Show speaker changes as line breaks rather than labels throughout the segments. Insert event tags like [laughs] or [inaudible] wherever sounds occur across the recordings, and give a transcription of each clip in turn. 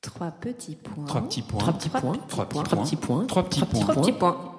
Trois petits points.
Trois petits points.
Trois petits points.
Trois petits
Trois petits points.
Trois petits points.
Trois petits points.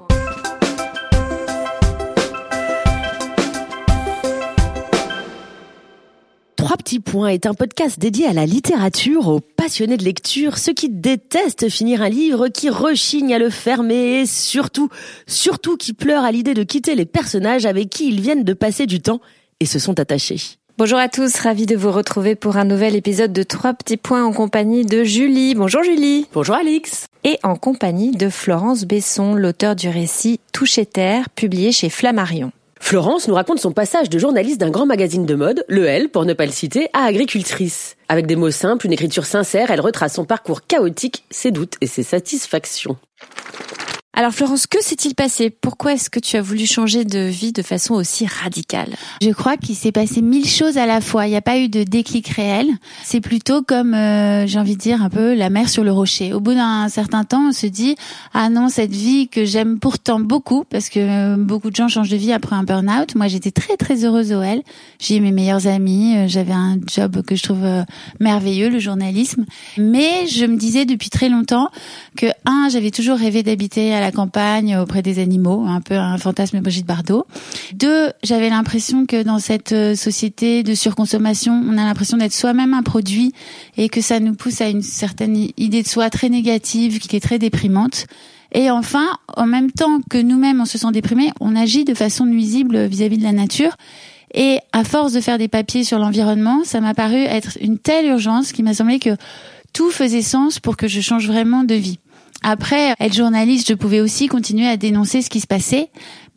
Trois petits points est un podcast dédié à la littérature, aux passionnés de lecture, ceux qui détestent finir un livre, qui rechignent à le fermer et surtout, surtout qui pleurent à l'idée de quitter les personnages avec qui ils viennent de passer du temps et se sont attachés.
Bonjour à tous, ravi de vous retrouver pour un nouvel épisode de Trois petits points en compagnie de Julie. Bonjour Julie.
Bonjour Alix.
Et en compagnie de Florence Besson, l'auteur du récit Toucher terre, publié chez Flammarion.
Florence nous raconte son passage de journaliste d'un grand magazine de mode, le L pour ne pas le citer, à agricultrice. Avec des mots simples, une écriture sincère, elle retrace son parcours chaotique, ses doutes et ses satisfactions.
Alors Florence, que s'est-il passé Pourquoi est-ce que tu as voulu changer de vie de façon aussi radicale
Je crois qu'il s'est passé mille choses à la fois. Il n'y a pas eu de déclic réel. C'est plutôt comme, euh, j'ai envie de dire, un peu la mer sur le rocher. Au bout d'un certain temps, on se dit, ah non, cette vie que j'aime pourtant beaucoup, parce que euh, beaucoup de gens changent de vie après un burn-out. Moi, j'étais très très heureuse au L. J'ai mes meilleurs amis, euh, j'avais un job que je trouve euh, merveilleux, le journalisme. Mais je me disais depuis très longtemps que, un, j'avais toujours rêvé d'habiter à à la campagne auprès des animaux, un peu un fantasme Brigitte Bardot. Deux, j'avais l'impression que dans cette euh, société de surconsommation, on a l'impression d'être soi-même un produit et que ça nous pousse à une certaine idée de soi très négative, qui est très déprimante. Et enfin, en même temps que nous-mêmes on se sent déprimé, on agit de façon nuisible vis-à-vis -vis de la nature. Et à force de faire des papiers sur l'environnement, ça m'a paru être une telle urgence qu'il m'a semblé que tout faisait sens pour que je change vraiment de vie. Après, être journaliste, je pouvais aussi continuer à dénoncer ce qui se passait.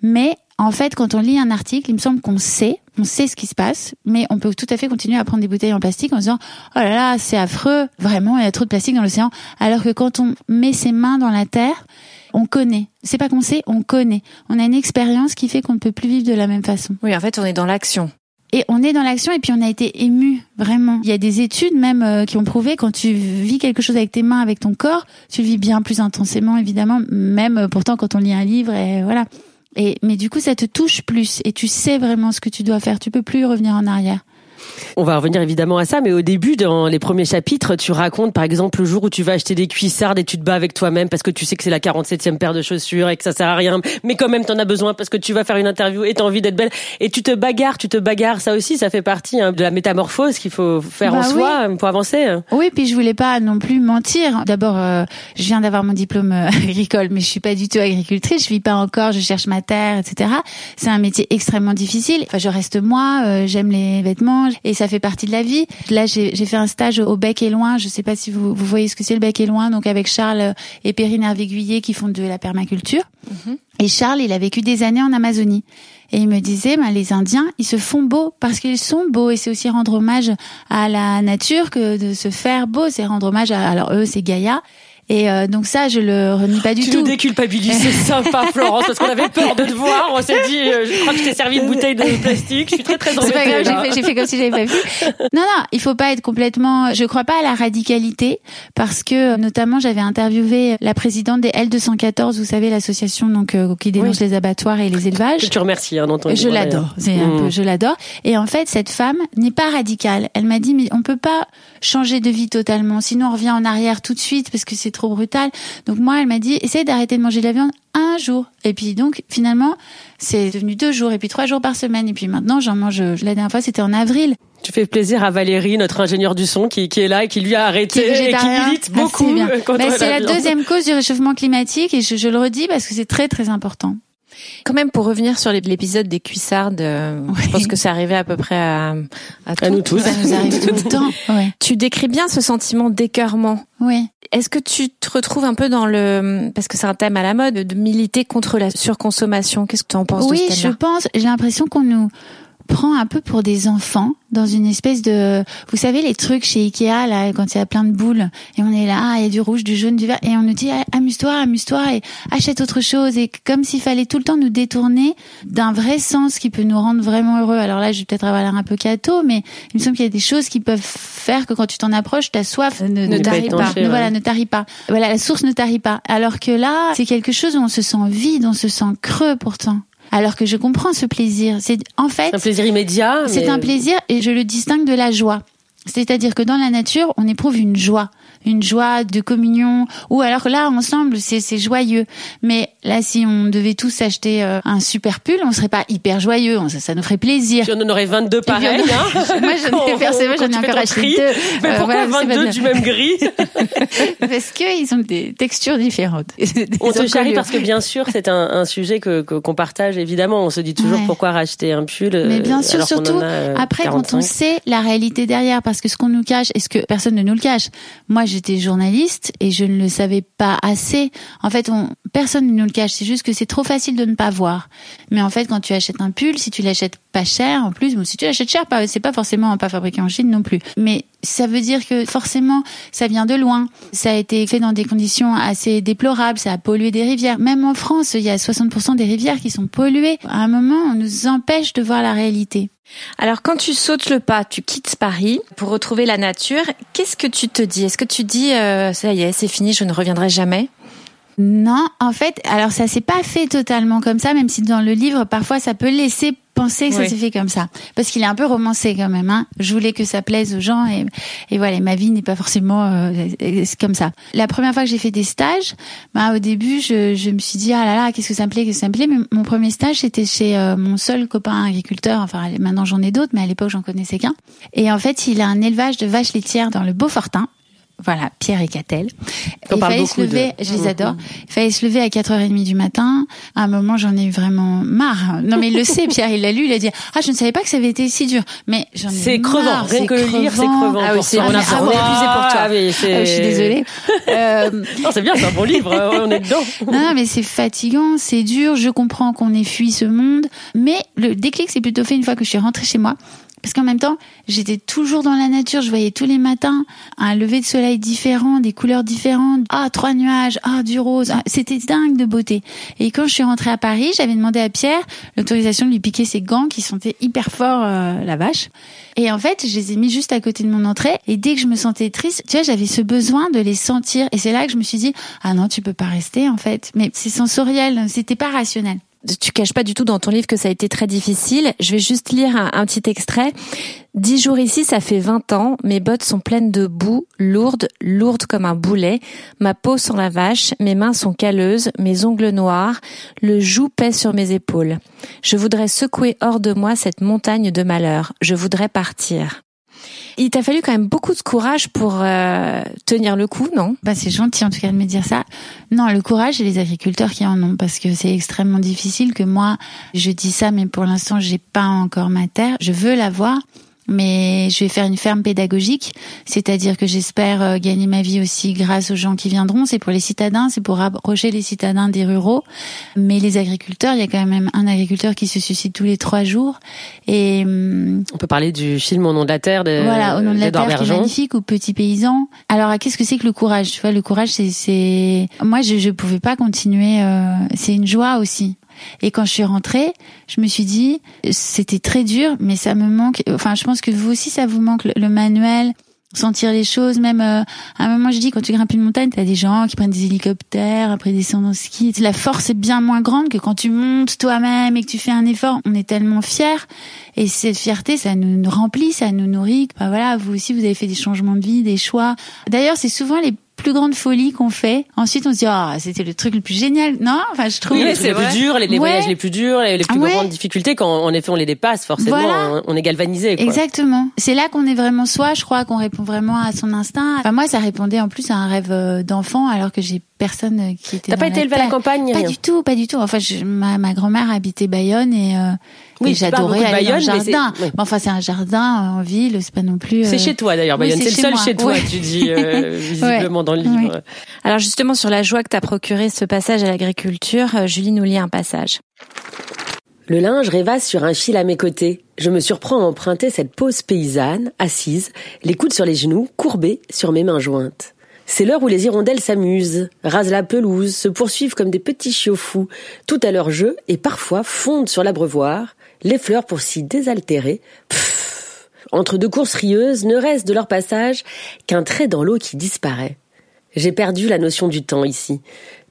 Mais en fait, quand on lit un article, il me semble qu'on sait, on sait ce qui se passe, mais on peut tout à fait continuer à prendre des bouteilles en plastique en se disant « Oh là là, c'est affreux, vraiment, il y a trop de plastique dans l'océan ». Alors que quand on met ses mains dans la terre, on connaît. C'est pas qu'on sait, on connaît. On a une expérience qui fait qu'on ne peut plus vivre de la même façon.
Oui, en fait, on est dans l'action.
Et on est dans l'action et puis on a été ému, vraiment. Il y a des études même euh, qui ont prouvé quand tu vis quelque chose avec tes mains, avec ton corps, tu le vis bien plus intensément évidemment, même euh, pourtant quand on lit un livre et voilà. Et mais du coup ça te touche plus et tu sais vraiment ce que tu dois faire, tu peux plus revenir en arrière.
On va revenir évidemment à ça, mais au début, dans les premiers chapitres, tu racontes par exemple le jour où tu vas acheter des cuissardes et tu te bats avec toi-même parce que tu sais que c'est la 47e paire de chaussures et que ça sert à rien, mais quand même t'en as besoin parce que tu vas faire une interview et t'as envie d'être belle et tu te bagarres, tu te bagarres. Ça aussi, ça fait partie hein, de la métamorphose qu'il faut faire
Bah
en
oui.
soi pour avancer. hein.
Oui, puis je voulais pas non plus mentir. D'abord, euh, je viens d'avoir mon diplôme euh, [laughs] agricole, mais je suis pas du tout agricultrice. Je vis pas encore. Je cherche ma terre, etc. C'est un métier extrêmement difficile. Enfin, je reste moi. euh, J'aime les vêtements et ça fait partie de la vie. Là, j'ai j'ai fait un stage au Bec et Loin. Je sais pas si vous, vous voyez ce que c'est le Bec et Loin. Donc avec Charles et Perrine Hervé-Guillet qui font de la permaculture. Et Charles, il a vécu des années en Amazonie. Et il me disait, ben, les Indiens, ils se font beaux parce qu'ils sont beaux. Et c'est aussi rendre hommage à la nature que de se faire beau. C'est rendre hommage à, alors eux, c'est Gaïa. Et euh, donc ça, je le renie pas du
tu
tout.
nous déculpabilises,
[laughs]
c'est sympa Florence, parce qu'on avait peur de te voir. On s'est dit, euh, je crois que je t'ai servi une bouteille de plastique. Je suis très très
C'est
embêtée.
pas grave,
là.
j'ai fait, j'ai fait comme si j'avais pas vu. Non, non, il faut pas être complètement. Je crois pas à la radicalité parce que notamment j'avais interviewé la présidente des L214, vous savez l'association donc euh, qui dénonce les abattoirs et les élevages.
Que tu remercies hein, dans ton
Je
livre, d'ailleurs.
l'adore, c'est un
Mm.
peu, je l'adore. Et en fait, cette femme n'est pas radicale. Elle m'a dit, mais on peut pas changer de vie totalement, sinon on revient en arrière tout de suite parce que c'est trop brutal. Donc moi, elle m'a dit, essaye d'arrêter de manger de la viande un jour. Et puis donc, finalement, c'est devenu deux jours, et puis trois jours par semaine. Et puis maintenant, j'en mange, la dernière fois, c'était en avril.
Tu fais plaisir à Valérie, notre ingénieur du son, qui, qui est là et qui lui a
qui
arrêté
est
et qui
végétarien.
milite
Ah,
beaucoup. euh,
c'est bien.
contre
Mais c'est la
viande.
deuxième cause du réchauffement climatique, et je, je le redis parce que c'est très très important.
Quand même, pour revenir sur l'épisode des cuissardes, euh, je
Oui.
pense que ça arrivait à peu près à, à, tous.
nous tous.
Ça nous
[laughs]
arrive
[laughs]
tout le temps. Ouais.
Tu décris bien ce sentiment d'écœurement.
Oui.
Est-ce que tu te retrouves un peu dans le... Parce que c'est un thème à la mode, de militer contre la surconsommation. Qu'est-ce que tu en penses
oui,
de ce
je
thème-là
pense. J'ai l'impression qu'on nous prend un peu pour des enfants dans une espèce de vous savez les trucs chez Ikea là quand il y a plein de boules et on est là ah, il y a du rouge du jaune du vert et on nous dit ah, amuse-toi amuse-toi et achète autre chose et comme s'il fallait tout le temps nous détourner d'un vrai sens qui peut nous rendre vraiment heureux alors là je vais peut-être avoir l'air un peu cato mais il me semble qu'il y a des choses qui peuvent faire que quand tu t'en approches ta soif ne,
Ne
ne
tarie pas.
ne- voilà, ne tarit pas. Voilà, la source ne tarit pas. Alors que là, c'est quelque chose où on se sent vide, on se sent creux pourtant. Alors que je comprends ce plaisir. C'est en
C'est un
fait,
plaisir immédiat.
c'est
mais- euh,
un plaisir et je le distingue de la joie. C'est-à-dire que dans la nature, on éprouve une joie, une joie de communion. Ou alors là, ensemble, c'est c'est joyeux. Mais là, si on devait tous acheter euh, un super pull, on serait pas hyper joyeux. On- Ça, ça nous ferait plaisir.
[laughs] Puis on en aurait 22 pareils.
Puis on-
hein.
[laughs] Moi, j'en ai
Quand-
personnellement,
quand
j'en
tu
ai
fais
encore
ton
acheté
tri.
deux.
Mais
Euh,
pourquoi
voilà, [laughs] c'est pas
22
de-
du même gris
Parce que ils ont des textures différentes. [laughs]
On te charrie parce que bien sûr c'est un, un sujet que que- qu'on partage évidemment. On se dit toujours
Ouais.
pourquoi racheter un pull.
Mais
euh,
bien sûr,
alors qu'on en
surtout,
a, euh,
Après,
45.
quand on sait la réalité derrière, parce que ce qu'on nous cache, est-ce que personne ne nous le cache Moi, j'étais journaliste et je ne le savais pas assez. En fait, on, personne ne nous le cache. C'est juste que c'est trop facile de ne pas voir. Mais en fait, quand tu achètes un pull, si tu l'achètes pas cher, en plus, bon, si tu l'achètes cher, pas- c'est pas forcément pas fabriqué en Chine non plus. Mais ça veut dire que forcément, ça vient de loin. Ça a été fait dans des conditions assez déplorables. Ça a pollué des rivières. Même en France, il y a 60% des rivières qui sont polluées. À un moment, on nous empêche de voir la réalité.
Alors quand tu sautes le pas, tu quittes Paris pour retrouver la nature, qu'est-ce que tu te dis Est-ce que tu dis euh, ça y est, c'est fini, je ne reviendrai jamais
Non, en fait, alors ça s'est pas fait totalement comme ça, même si dans le livre, parfois, ça peut laisser penser que
Oui.
ça s'est fait comme ça. Parce qu'il est un peu romancé quand même. Hein. Je voulais que ça plaise aux gens et, et voilà, ma vie n'est pas forcément euh, c'est comme ça. La première fois que j'ai fait des stages, bah, au début, je, je me suis dit, ah là là, qu'est-ce que ça me plaît, qu'est-ce que ça me plaît. Mais mon premier stage, c'était chez euh, mon seul copain agriculteur. Enfin, maintenant, j'en ai d'autres, mais à l'époque, j'en connaissais qu'un. Et en fait, il a un élevage de vaches laitières dans le Beaufortin. Voilà, Pierre et Catel.
On
Il
parle
fallait se
beaucoup
lever,
d'eux.
je les adore. Il fallait se lever à 4h30 du matin. À un moment, j'en ai eu vraiment marre. Non, mais il le sait, Pierre, il l'a lu, il a dit Ah, je ne savais pas que ça avait été si dur. Mais j'en ai
C'est crevant,
marre,
rien que le lire, c'est crevant.
Ah oui,
pour
c'est-
toi.
on a-
Ah,
on est épuisé pour toi.
ah oui, c'est-
Ah, je
[laughs]
suis désolée. Euh,
Non, c'est bien, c'est un bon livre,
[laughs]
ouais, on est dedans.
non, non, mais c'est fatigant, c'est dur. Je comprends qu'on ait fui ce monde, mais le déclic s'est plutôt fait une fois que je suis rentrée chez moi. Parce qu'en même temps, j'étais toujours dans la nature. Je voyais tous les matins un lever de soleil différent, des couleurs différentes. Ah, trois nuages. Ah, du rose. Ah, C'était dingue de beauté. Et quand je suis rentrée à Paris, j'avais demandé à Pierre l'autorisation de lui piquer ses gants qui sentaient hyper fort euh, la vache. Et en fait, je les ai mis juste à côté de mon entrée. Et dès que je me sentais triste, tu vois, j'avais ce besoin de les sentir. Et c'est là que je me suis dit, ah non, tu peux pas rester en fait. Mais c'est sensoriel, c'était pas rationnel.
Tu caches pas du tout dans ton livre que ça a été très difficile. Je vais juste lire un, un petit extrait. Dix jours ici, ça fait 20 ans. Mes bottes sont pleines de boue, lourdes, lourdes comme un boulet. Ma peau sent la vache, mes mains sont calleuses, mes ongles noirs. Le joug pèse sur mes épaules. Je voudrais secouer hors de moi cette montagne de malheur. Je voudrais partir. Il t'a fallu quand même beaucoup de courage pour euh, tenir le coup, non
Bah, c'est gentil en tout cas de me dire ça. Non, le courage et les agriculteurs qui en ont parce que c'est extrêmement difficile que moi je dis ça mais pour l'instant j'ai pas encore ma terre, je veux l'avoir mais je vais faire une ferme pédagogique, c'est-à-dire que j'espère euh, gagner ma vie aussi grâce aux gens qui viendront, c'est pour les citadins, c'est pour rapprocher les citadins des ruraux, mais les agriculteurs, il y a quand même un agriculteur qui se suicide tous les trois jours et hum,
On peut parler du film Au nom de la terre de
voilà, au nom de la
d'Edouard
terre, qui est
Bergeon.
magnifique, ou petit paysan. Alors, à qu'est-ce que c'est que le courage Tu vois, le courage, c'est, c'est, moi, je, je pouvais pas continuer. euh, C'est une joie aussi. Et quand je suis rentrée, je me suis dit, c'était très dur, mais ça me manque. Enfin, je pense que vous aussi, ça vous manque le, le manuel. Sentir les choses, même euh, à un moment je dis quand tu grimpes une montagne, t'as des gens qui prennent des hélicoptères, après descendent en ski. La force est bien moins grande que quand tu montes toi-même et que tu fais un effort. On est tellement fiers et cette fierté, ça nous nous remplit, ça nous nourrit. Bah voilà, vous aussi, vous avez fait des changements de vie, des choix. D'ailleurs, c'est souvent les plus grandes folies qu'on fait. Ensuite, on se dit, ah, c'était le truc le plus génial. Non, enfin, je trouve.
Oui,
Oui,
les trucs
c'est
les plus
vrai.
durs, les, les
Ouais. Ah
voyages les plus durs, les, les plus
Ouais.
grandes difficultés, quand en effet on les dépasse, forcément,
Voilà.
on, on est galvanisé. Quoi.
Exactement. C'est là qu'on est vraiment soi, je crois, qu'on répond vraiment à son instinct. Enfin, moi, ça répondait en plus à un rêve euh, d'enfant, alors que j'ai personne euh, qui était.
T'as pas
dans
été élevé à la
terre.
campagne, hein ni
Pas
rien.
du tout, pas du tout. Enfin, je- ma, ma grand-mère habitait Bayonne et, euh,
Oui,
et
tu parles beaucoup
j'adorais
de
aller dans le
Bayonne, mais c'est-
jardin. Mais
oui.
enfin, c'est un jardin euh, en ville, c'est pas non plus.
C'est
euh,
chez toi d'ailleurs,
oui,
Bayonne.
c'est
C'est le
chez
seul
moi.
chez toi,
Ouais.
tu dis
[laughs]
euh, visiblement dans le
Ouais.
livre.
Alors justement sur la joie que t'as procuré ce passage à l'agriculture, euh, Julie nous lit un passage.
Le linge rêvasse sur un fil à mes côtés. Je me surprends à emprunter cette pose paysanne, assise, les coudes sur les genoux, courbée sur mes mains jointes. C'est l'heure où les hirondelles s'amusent, rasent la pelouse, se poursuivent comme des petits chiots fous, tout à leur jeu et parfois fondent sur l'abreuvoir, les fleurs pour s'y désaltérer. Pfff. Entre deux courses rieuses, ne reste de leur passage qu'un trait dans l'eau qui disparaît. J'ai perdu la notion du temps ici,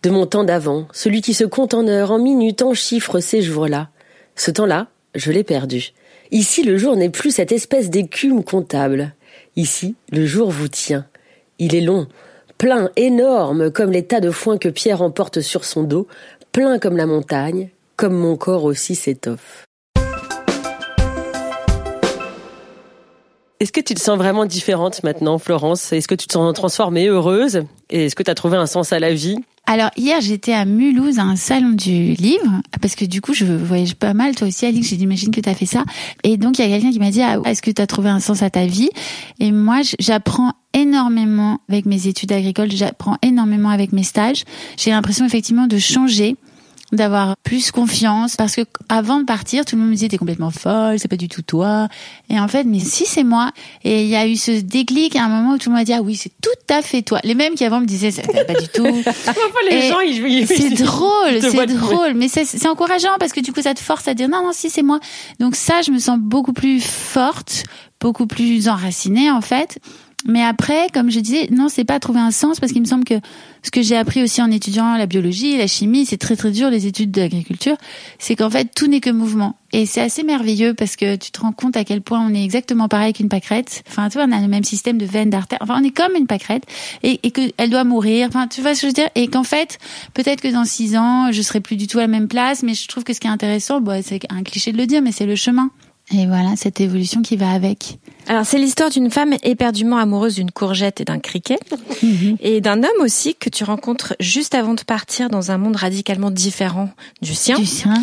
de mon temps d'avant, celui qui se compte en heures, en minutes, en chiffres ces jours-là. Ce temps-là, je l'ai perdu. Ici, le jour n'est plus cette espèce d'écume comptable. Ici, le jour vous tient. Il est long, plein, énorme, comme les tas de foin que Pierre emporte sur son dos, plein comme la montagne, comme mon corps aussi s'étoffe. Est-ce que tu te sens vraiment différente maintenant, Florence Est-ce que tu te sens transformée, heureuse Et est-ce que tu as trouvé un sens à la vie
alors hier j'étais à Mulhouse à un salon du livre parce que du coup je voyage pas mal toi aussi Alix j'imagine que t'as fait ça et donc il y a quelqu'un qui m'a dit ah, est-ce que t'as trouvé un sens à ta vie et moi j'apprends énormément avec mes études agricoles j'apprends énormément avec mes stages j'ai l'impression effectivement de changer d'avoir plus confiance parce que avant de partir tout le monde me disait t'es complètement folle c'est pas du tout toi et en fait mais si c'est moi et il y a eu ce déclic à un moment où tout le monde a dit ah oui c'est tout à fait toi les mêmes qui avant me disaient c'est pas du tout
les
Et
gens, ils, ils-
c'est
ils-
drôle
ils te voient
c'est
de-
drôle mais c'est c'est encourageant parce que du coup ça te force à dire non non si c'est moi donc ça je me sens beaucoup plus forte beaucoup plus enracinée en fait mais après, comme je disais, non, c'est pas trouver un sens parce qu'il me semble que ce que j'ai appris aussi en étudiant la biologie, la chimie, c'est très très dur les études d'agriculture, c'est qu'en fait tout n'est que mouvement. Et c'est assez merveilleux parce que tu te rends compte à quel point on est exactement pareil qu'une pâquerette. Enfin, tu vois, on a le même système de veines d'artères. Enfin, on est comme une pâquerette et, et qu'elle doit mourir. Enfin, tu vois ce que je veux dire Et qu'en fait, peut-être que dans six ans, je serai plus du tout à la même place. Mais je trouve que ce qui est intéressant, bah, c'est un cliché de le dire, mais c'est le chemin. Et voilà, cette évolution qui va avec.
Alors, c'est l'histoire d'une femme éperdument amoureuse d'une courgette et d'un criquet, et d'un homme aussi que tu rencontres juste avant de partir dans un monde radicalement différent du sien.
Du sien.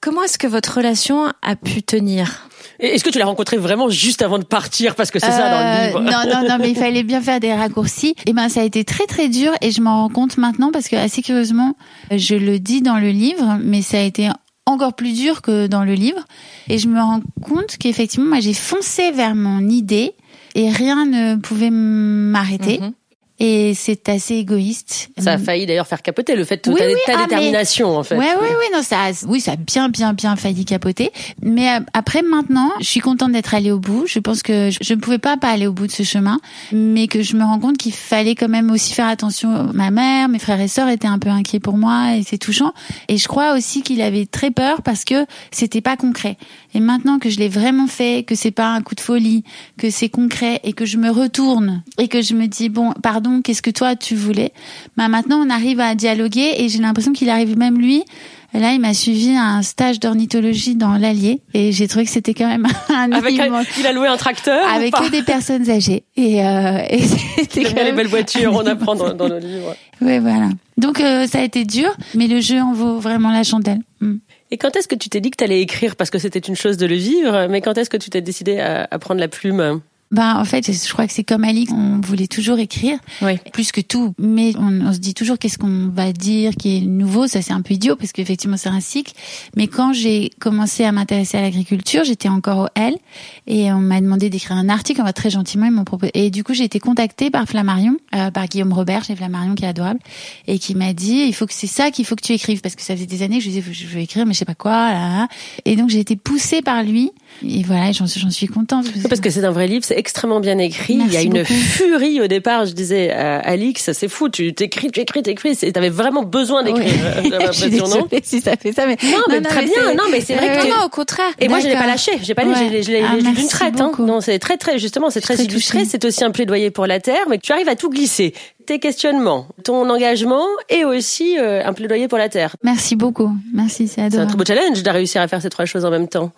Comment est-ce que votre relation a pu tenir
Et Est-ce que tu l'as rencontré vraiment juste avant de partir Parce que c'est ça
Euh,
dans le livre.
Non, non, non, mais il fallait bien faire des raccourcis. Et ben, ça a été très, très dur et je m'en rends compte maintenant parce que assez curieusement, je le dis dans le livre, mais ça a été encore plus dur que dans le livre. Et je me rends compte qu'effectivement, moi, j'ai foncé vers mon idée et rien ne pouvait m'arrêter.
Mhm.
Et c'est assez égoïste.
Ça a failli d'ailleurs faire capoter le fait de
euh, Oui,
ta,
oui,
ta
ah, mais-
détermination en fait. [laughs]
Ouais, ouais, ouais, non, ça, a- oui, ça a bien, bien, bien failli capoter. Mais euh, après, maintenant, je suis contente d'être allée au bout. Je pense que je- je ne pouvais pas pas aller au bout de ce chemin, mais que je me rends compte qu'il fallait quand même aussi faire attention. Ma mère, mes frères et sœurs étaient un peu inquiets pour moi et c'est touchant. Et je crois aussi qu'il avait très peur parce que c'était pas concret. Et maintenant que je l'ai vraiment fait, que c'est pas un coup de folie, que c'est concret et que je me retourne et que je me dis bon, pardon, qu'est-ce que toi tu voulais Bah maintenant on arrive à dialoguer et j'ai l'impression qu'il arrive même lui. Là, il m'a suivi à un stage d'ornithologie dans l'Allier et j'ai trouvé que c'était quand même [laughs] un
Avec un-
immense-
il a loué un tracteur
Ah,
ou
avec
pas
que des personnes âgées et, euh, et [laughs] c'était quand
J'aime bien les
même-
belles voitures, on apprend dans, dans le livre.
[laughs] Ouais, voilà. Donc euh, ça a été dur, mais le jeu en vaut vraiment la chandelle. Mm.
Et quand est-ce que tu t'es dit que t'allais écrire Parce que c'était une chose de le vivre, mais quand est-ce que tu t'es décidé à, à prendre la plume
Ben en fait, je crois que c'est comme Alix, on voulait toujours écrire
Oui.
plus que tout, mais on, on se dit toujours qu'est-ce qu'on va dire qui est nouveau. Ça c'est un peu idiot parce qu'effectivement c'est un cycle. Mais quand j'ai commencé à m'intéresser à l'agriculture, j'étais encore au L et on m'a demandé d'écrire un article. On m'a très gentiment ils m'ont proposé. Et du coup j'ai été contactée par Flammarion, euh, par Guillaume Robert chez Flammarion qui est adorable et qui m'a dit il faut que c'est ça qu'il faut que tu écrives parce que ça faisait des années que je disais je veux écrire mais je sais pas quoi. Là, là. Et donc j'ai été poussée par lui et voilà j'en j'en suis contente.
Parce que c'est un vrai livre, c'est extrêmement bien écrit. Il y a
Merci
une
beaucoup.
furie au départ. Je disais à Alix, c'est fou, tu t'écris, tu écris, t'écris. C'est- T'avais vraiment besoin d'écrire.
Ouais. [laughs]
euh, [laughs] j'avais
je suis
l'impression, non
désolée si ça fait ça, mais
Non, mais
non,
très
mais
bien.
c'est-
Non, mais c'est vrai
Euh,
que.
Non, non, au contraire.
Et moi, je l'ai pas
D'accord.
lâché. J'ai pas lu,
Ouais.
je l'ai- je l'ai
Ah,
lu d'une
merci
traite. hein.
beaucoup.
Non, c'est très, très, justement, c'est très,
très
illustré.
touchée.
C'est aussi un plaidoyer pour la terre, mais tu arrives à tout glisser. Tes questionnements, ton engagement, et aussi euh, un plaidoyer pour la terre.
Merci beaucoup. Merci, c'est
C'est un
adorable.
très beau challenge de réussir à faire ces trois choses en même temps.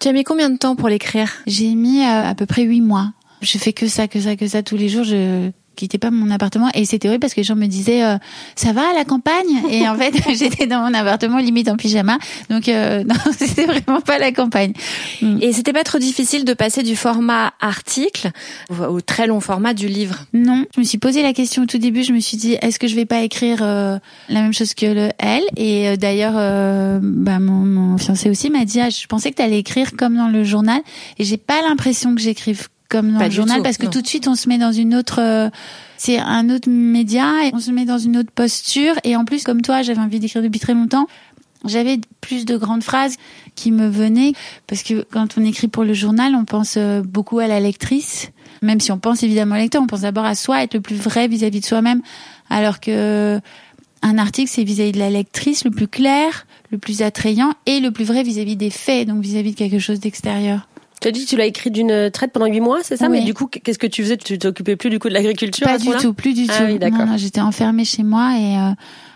Tu as mis combien de temps pour l'écrire
J'ai mis euh, à peu près huit mois. Je fais que ça, que ça, que ça tous les jours. Je quittais pas mon appartement et c'était horrible parce que les gens me disaient euh, ça va à la campagne et en fait [laughs] j'étais dans mon appartement limite en pyjama donc euh, [laughs] non c'était vraiment pas la campagne
Et c'était pas trop difficile de passer du format article au- au très long format du livre.
Non, je me suis posé la question au tout début. Je me suis dit, est-ce que je vais pas écrire euh, la même chose que le elle Et euh, d'ailleurs, euh, bah, mon, mon fiancé aussi m'a dit, ah, je pensais que t'allais écrire comme dans le journal, et j'ai pas l'impression que j'écrive comme dans
Pas
le
du
journal
tout,
parce que
non.
tout de suite on se met dans une autre, euh, c'est un autre média, et on se met dans une autre posture. Et en plus, comme toi, j'avais envie d'écrire depuis très longtemps. J'avais plus de grandes phrases qui me venaient parce que quand on écrit pour le journal, on pense euh, beaucoup à la lectrice même si on pense évidemment au lecteur, on pense d'abord à soi, être le plus vrai vis-à-vis de soi-même, alors que un article, c'est vis-à-vis de la lectrice, le plus clair, le plus attrayant et le plus vrai vis-à-vis des faits, donc vis-à-vis de quelque chose d'extérieur.
Tu as dit que tu l'as écrit d'une traite pendant huit mois, c'est ça
Oui.
Mais du coup, qu'est-ce que tu faisais Tu t'occupais plus du coup de l'agriculture à
Pas
ce
du
moment-là
tout, plus du
Ah
tout.
oui,
Non,
d'accord.
non, j'étais enfermée chez moi et euh,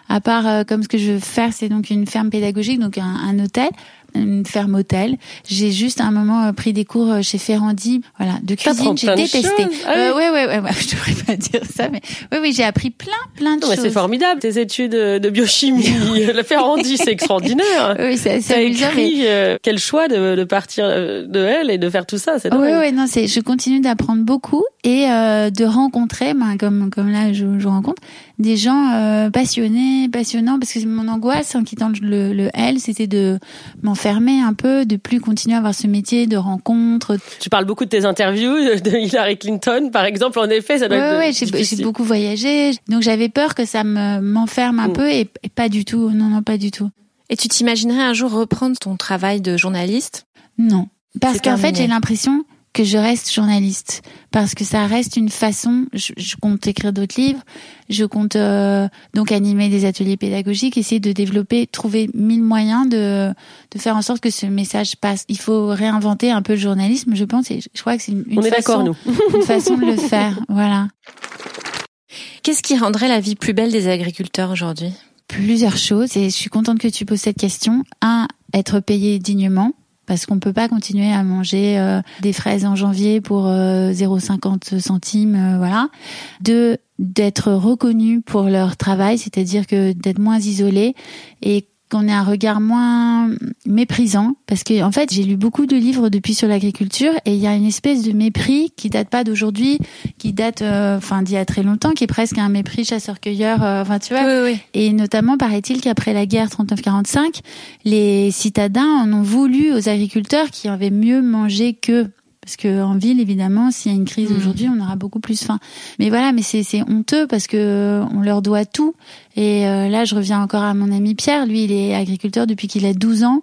à part euh, comme ce que je veux faire, c'est donc une ferme pédagogique, donc un, un hôtel, une ferme hôtel. J'ai juste à un moment euh, pris des cours euh, chez Ferrandi, voilà, de
T'apprends
cuisine. J'ai
plein de
détesté.
choses. Ah oui.
Euh, ouais, ouais, ouais, [laughs] ouais, je devrais pas dire ça, mais oui, oui, j'ai appris plein, plein de
Non, mais c'est
choses.
formidable, tes études euh, de
[laughs]
biochimie, le Ferrandi, c'est extraordinaire.
Oui, [laughs] c'est assez
T'as
amusant, mais
écrit euh, quel choix de, de partir euh, de elle et de faire tout ça, c'est
Oui,
dingue.
ouais, non, c'est, je continue d'apprendre beaucoup et euh, de rencontrer, ben, comme comme là, je, je rencontre des gens euh, passionnés, passionnants, parce que c'est mon angoisse en quittant le, le L, c'était de m'enfermer un peu, de plus continuer à avoir ce métier de rencontre.
Tu parles beaucoup de tes interviews [laughs] euh, de Hillary Clinton, par exemple. En effet, ça doit
Ouais,
être
ouais, ouais, j'ai,
difficile.
j'ai beaucoup voyagé, donc j'avais peur que ça me m'enferme un
Mm.
peu et, et pas du tout, non, non, pas du tout,
Et tu t'imaginerais un jour reprendre ton travail de journaliste
non, parce
C'est
qu'en fait
terminé.
j'ai l'impression que je reste journaliste parce que ça reste une façon. Je, je compte écrire d'autres livres, je compte euh, donc animer des ateliers pédagogiques, essayer de développer, trouver mille moyens de de faire en sorte que ce message passe. Il faut réinventer un peu le journalisme, je pense. Et je- je crois que c'est une, une
On est d'accord,
façon,
nous.
une façon de
[laughs]
le faire. Voilà.
Qu'est-ce qui rendrait la vie plus belle des agriculteurs aujourd'hui
plusieurs choses et je suis contente que tu poses cette question. Un, être payé dignement. Parce qu'on peut pas continuer à manger euh, des fraises en janvier pour euh, 0,50 centimes, euh, voilà. Deux, d'être reconnu pour leur travail, c'est-à-dire que d'être moins isolé et qu'on ait un regard moins méprisant. Parce que en fait, j'ai lu beaucoup de livres depuis sur l'agriculture et il y a une espèce de mépris qui date pas d'aujourd'hui, qui date, euh, enfin, d'il y a très longtemps, qui est presque un mépris chasseur-cueilleur. euh, Enfin, tu vois,
oui.
et notamment, paraît-il qu'après la guerre 39-45, les citadins en ont voulu aux agriculteurs qui avaient mieux mangé qu'eux. Parce que en ville, évidemment, s'il y a une crise
Mhm.
aujourd'hui, on aura beaucoup plus faim. Mais voilà, mais c'est c'est honteux parce que euh, on leur doit tout. Et euh, là, je reviens encore à mon ami Pierre. Lui, il est agriculteur depuis qu'il a 12 ans.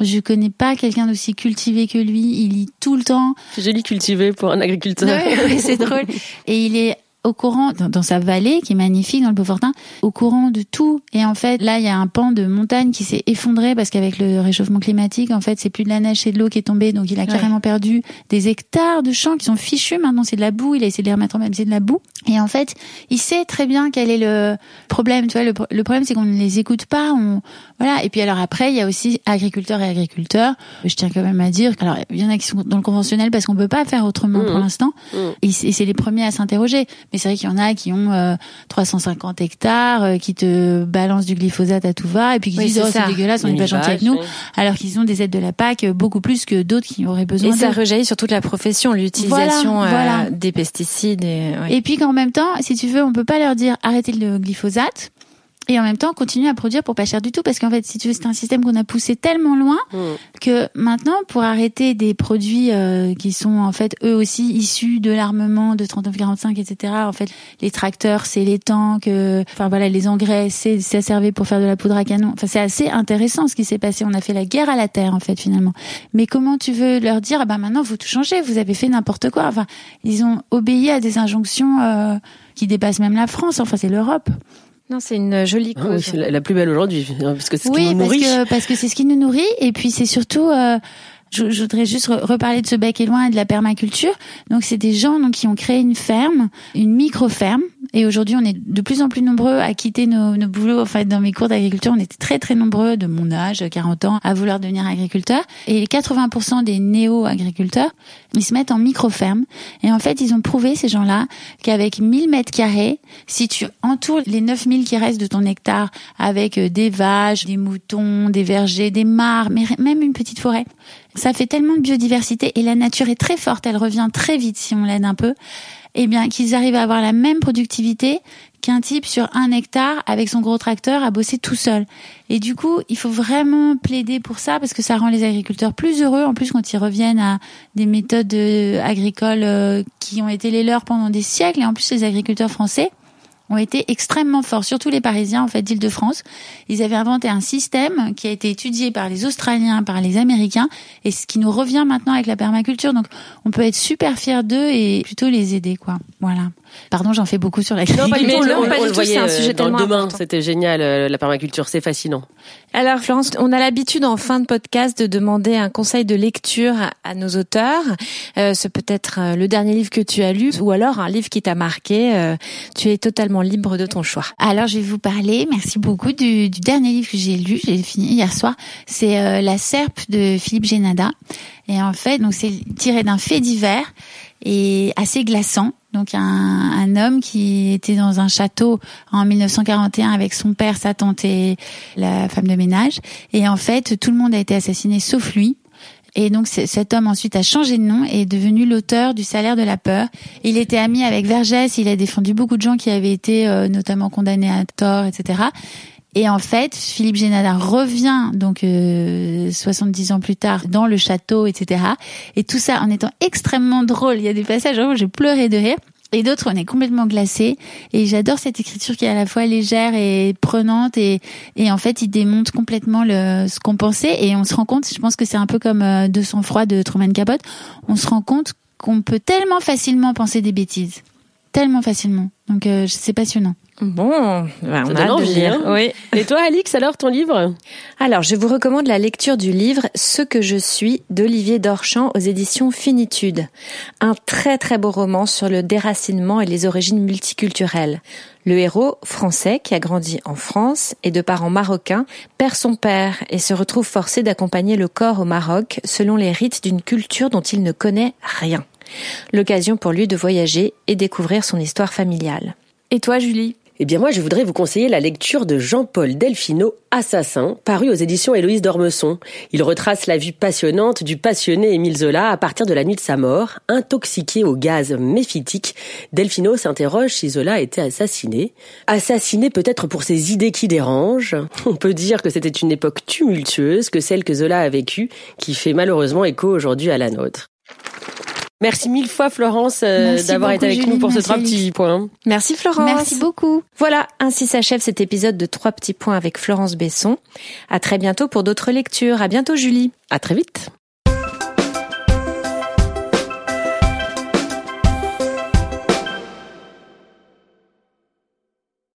Je connais pas quelqu'un d'aussi cultivé que lui. Il lit tout le temps.
C'est joli cultivé pour un agriculteur. [laughs]
Ouais, ouais, c'est drôle. Et il est au courant dans, dans sa vallée qui est magnifique dans le Beaufortin, au courant de tout. Et en fait, là, il y a un pan de montagne qui s'est effondré parce qu'avec le réchauffement climatique, en fait, c'est plus de la neige, c'est de l'eau qui est tombée. Donc, il a
Ouais.
carrément perdu des hectares de champs qui sont fichus. Maintenant, c'est de la boue. Il a essayé de les remettre en même, c'est de la boue. Et en fait, il sait très bien quel est le problème. Tu vois, le, pro- le problème, c'est qu'on ne les écoute pas. On, voilà. Et puis, alors après, il y a aussi agriculteurs et agriculteurs. Je tiens quand même à dire. Alors, il y en a qui sont dans le conventionnel parce qu'on peut pas faire
Mmh.
autrement pour
Mhm.
l'instant.
Mm.
Et c'est et c'est les premiers à s'interroger. Mais c'est vrai qu'il y en a qui ont euh, 350 hectares, euh, qui te balancent du glyphosate à tout va, et puis qui
Oui,
disent
c'est
oh c'est
ça.
dégueulasse, on n'est
Une
pas gentil avec
vache,
nous,
ouais.
alors qu'ils ont des aides de la PAC euh, beaucoup plus que d'autres qui auraient besoin.
Et ça
d'eux.
rejaillit sur toute la profession, l'utilisation
Voilà,
euh,
voilà.
des pesticides. Et, ouais.
Et puis qu'en même temps, si tu veux, on peut pas leur dire arrêtez le glyphosate. Et en même temps, continuer à produire pour pas cher du tout, parce qu'en fait, si tu veux, c'est un système qu'on a poussé tellement loin
Mm.
que maintenant, pour arrêter des produits euh, qui sont en fait eux aussi issus de l'armement de 39-45, etc. En fait, les tracteurs, c'est les tanks, euh, enfin voilà, les engrais, c'est ça servait pour faire de la poudre à canon. Enfin, c'est assez intéressant ce qui s'est passé. On a fait la guerre à la terre, en fait, finalement. Mais comment tu veux leur dire, ah ben maintenant, vous tout changez, vous avez fait n'importe quoi. Enfin, ils ont obéi à des injonctions euh, qui dépassent même la France. Enfin, c'est l'Europe.
Non, c'est une jolie
Ah oui,
cause.
c'est la, la plus belle aujourd'hui, hein, parce que c'est ce
oui,
qui nous
parce
nourrit.
que parce que c'est ce qui nous nourrit et puis c'est surtout euh, je, je voudrais juste re- reparler de ce bec et loin et de la permaculture. Donc c'est des gens donc qui ont créé une ferme, une micro ferme et aujourd'hui on est de plus en plus nombreux à quitter nos, nos boulots. En fait, dans mes cours d'agriculture, on était très très nombreux de mon âge, 40 ans, à vouloir devenir agriculteur et 80% des néo-agriculteurs, ils se mettent en micro ferme et en fait, ils ont prouvé ces gens-là qu'avec 1000 mètres carrés, si tu entoures les 9000 qui restent de ton hectare avec euh, des vaches, des moutons, des vergers, des mares, mais r- même une petite forêt, ça fait tellement de biodiversité et la nature est très forte, elle revient très vite si on l'aide un peu, eh bien qu'ils arrivent à avoir la même productivité qu'un type sur un hectare avec son gros tracteur à bosser tout seul. Et du coup, il faut vraiment plaider pour ça parce que ça rend les agriculteurs plus heureux, en plus quand ils reviennent à des méthodes euh, agricoles euh, qui ont été les leurs pendant des siècles, et en plus les agriculteurs français ont été extrêmement forts, surtout les Parisiens en fait d'Île-de-France. Ils avaient inventé un système qui a été étudié par les Australiens, par les Américains, et ce qui nous revient maintenant avec la permaculture. Donc on peut être super fiers d'eux et plutôt les aider quoi. Voilà. Pardon, j'en fais beaucoup sur la
Non, pas du
Mais
tout.
non,
on,
pas
on
du
le
tout,
voyait
c'est un
euh,
sujet
dans le
tellement
demain.
important.
C'était génial, euh, la permaculture. C'est fascinant.
Alors Florence, on a l'habitude en fin de podcast de demander un conseil de lecture à, à nos auteurs. Euh, ce peut être euh, le dernier livre que tu as lu ou alors un livre qui t'a marqué. Euh, tu es totalement libre de ton choix.
Alors, je vais vous parler, merci beaucoup, du, du dernier livre que j'ai lu, j'ai fini hier soir. C'est euh, La Serpe de Philippe Génada. Et en fait, donc c'est tiré d'un fait divers et assez glaçant. Donc, un, un homme qui était dans un château en 1941 avec son père, sa tante et la femme de ménage. Et en fait, tout le monde a été assassiné sauf lui. Et donc c'est- cet homme ensuite a changé de nom et est devenu l'auteur du salaire de la peur. Il était ami avec Vergès, il a défendu beaucoup de gens qui avaient été euh, notamment condamnés à tort, etc. Et en fait, Philippe Génada revient donc euh, 70 ans plus tard dans le château, etc. Et tout ça en étant extrêmement drôle. Il y a des passages où j'ai pleuré de rire. Et d'autres, on est complètement glacé. Et j'adore cette écriture qui est à la fois légère et prenante. Et, et en fait, il démonte complètement le, ce qu'on pensait. Et on se rend compte, je pense que c'est un peu comme euh, 200 froid de Truman Capote. On se rend compte qu'on peut tellement facilement penser des bêtises. Tellement facilement. Donc, euh, c'est passionnant.
Bon, ben, on
donne
a hâte de
envie,
lire.
hein.
Oui.
Et toi, Alix, alors ton livre
Alors, je vous recommande la lecture du livre Ce que je suis d'Olivier Dorchamp aux éditions Finitude. Un très très beau roman sur le déracinement et les origines multiculturelles. Le héros, français, qui a grandi en France et de parents marocains, perd son père et se retrouve forcé d'accompagner le corps au Maroc selon les rites d'une culture dont il ne connaît rien. L'occasion pour lui de voyager et découvrir son histoire familiale. Et toi, Julie
Eh bien moi, je voudrais vous conseiller la lecture de Jean-Paul Delfino, Assassin, paru aux éditions Héloïse d'Ormesson. Il retrace la vie passionnante du passionné Émile Zola à partir de la nuit de sa mort, intoxiqué au gaz méphitique. Delfino s'interroge si Zola a été assassiné. Assassiné peut-être pour ses idées qui dérangent. [laughs] On peut dire que c'était une époque tumultueuse que celle que Zola a vécue, qui fait malheureusement écho aujourd'hui à la nôtre. Merci mille fois Florence euh,
Merci
d'avoir
beaucoup,
été avec
Julie.
nous pour ces
Merci,
trois
Alix.
petits points.
Merci Florence.
Merci beaucoup.
Voilà, ainsi s'achève cet épisode de Trois petits points avec Florence Besson. À très bientôt pour d'autres lectures. À bientôt Julie.
À très vite.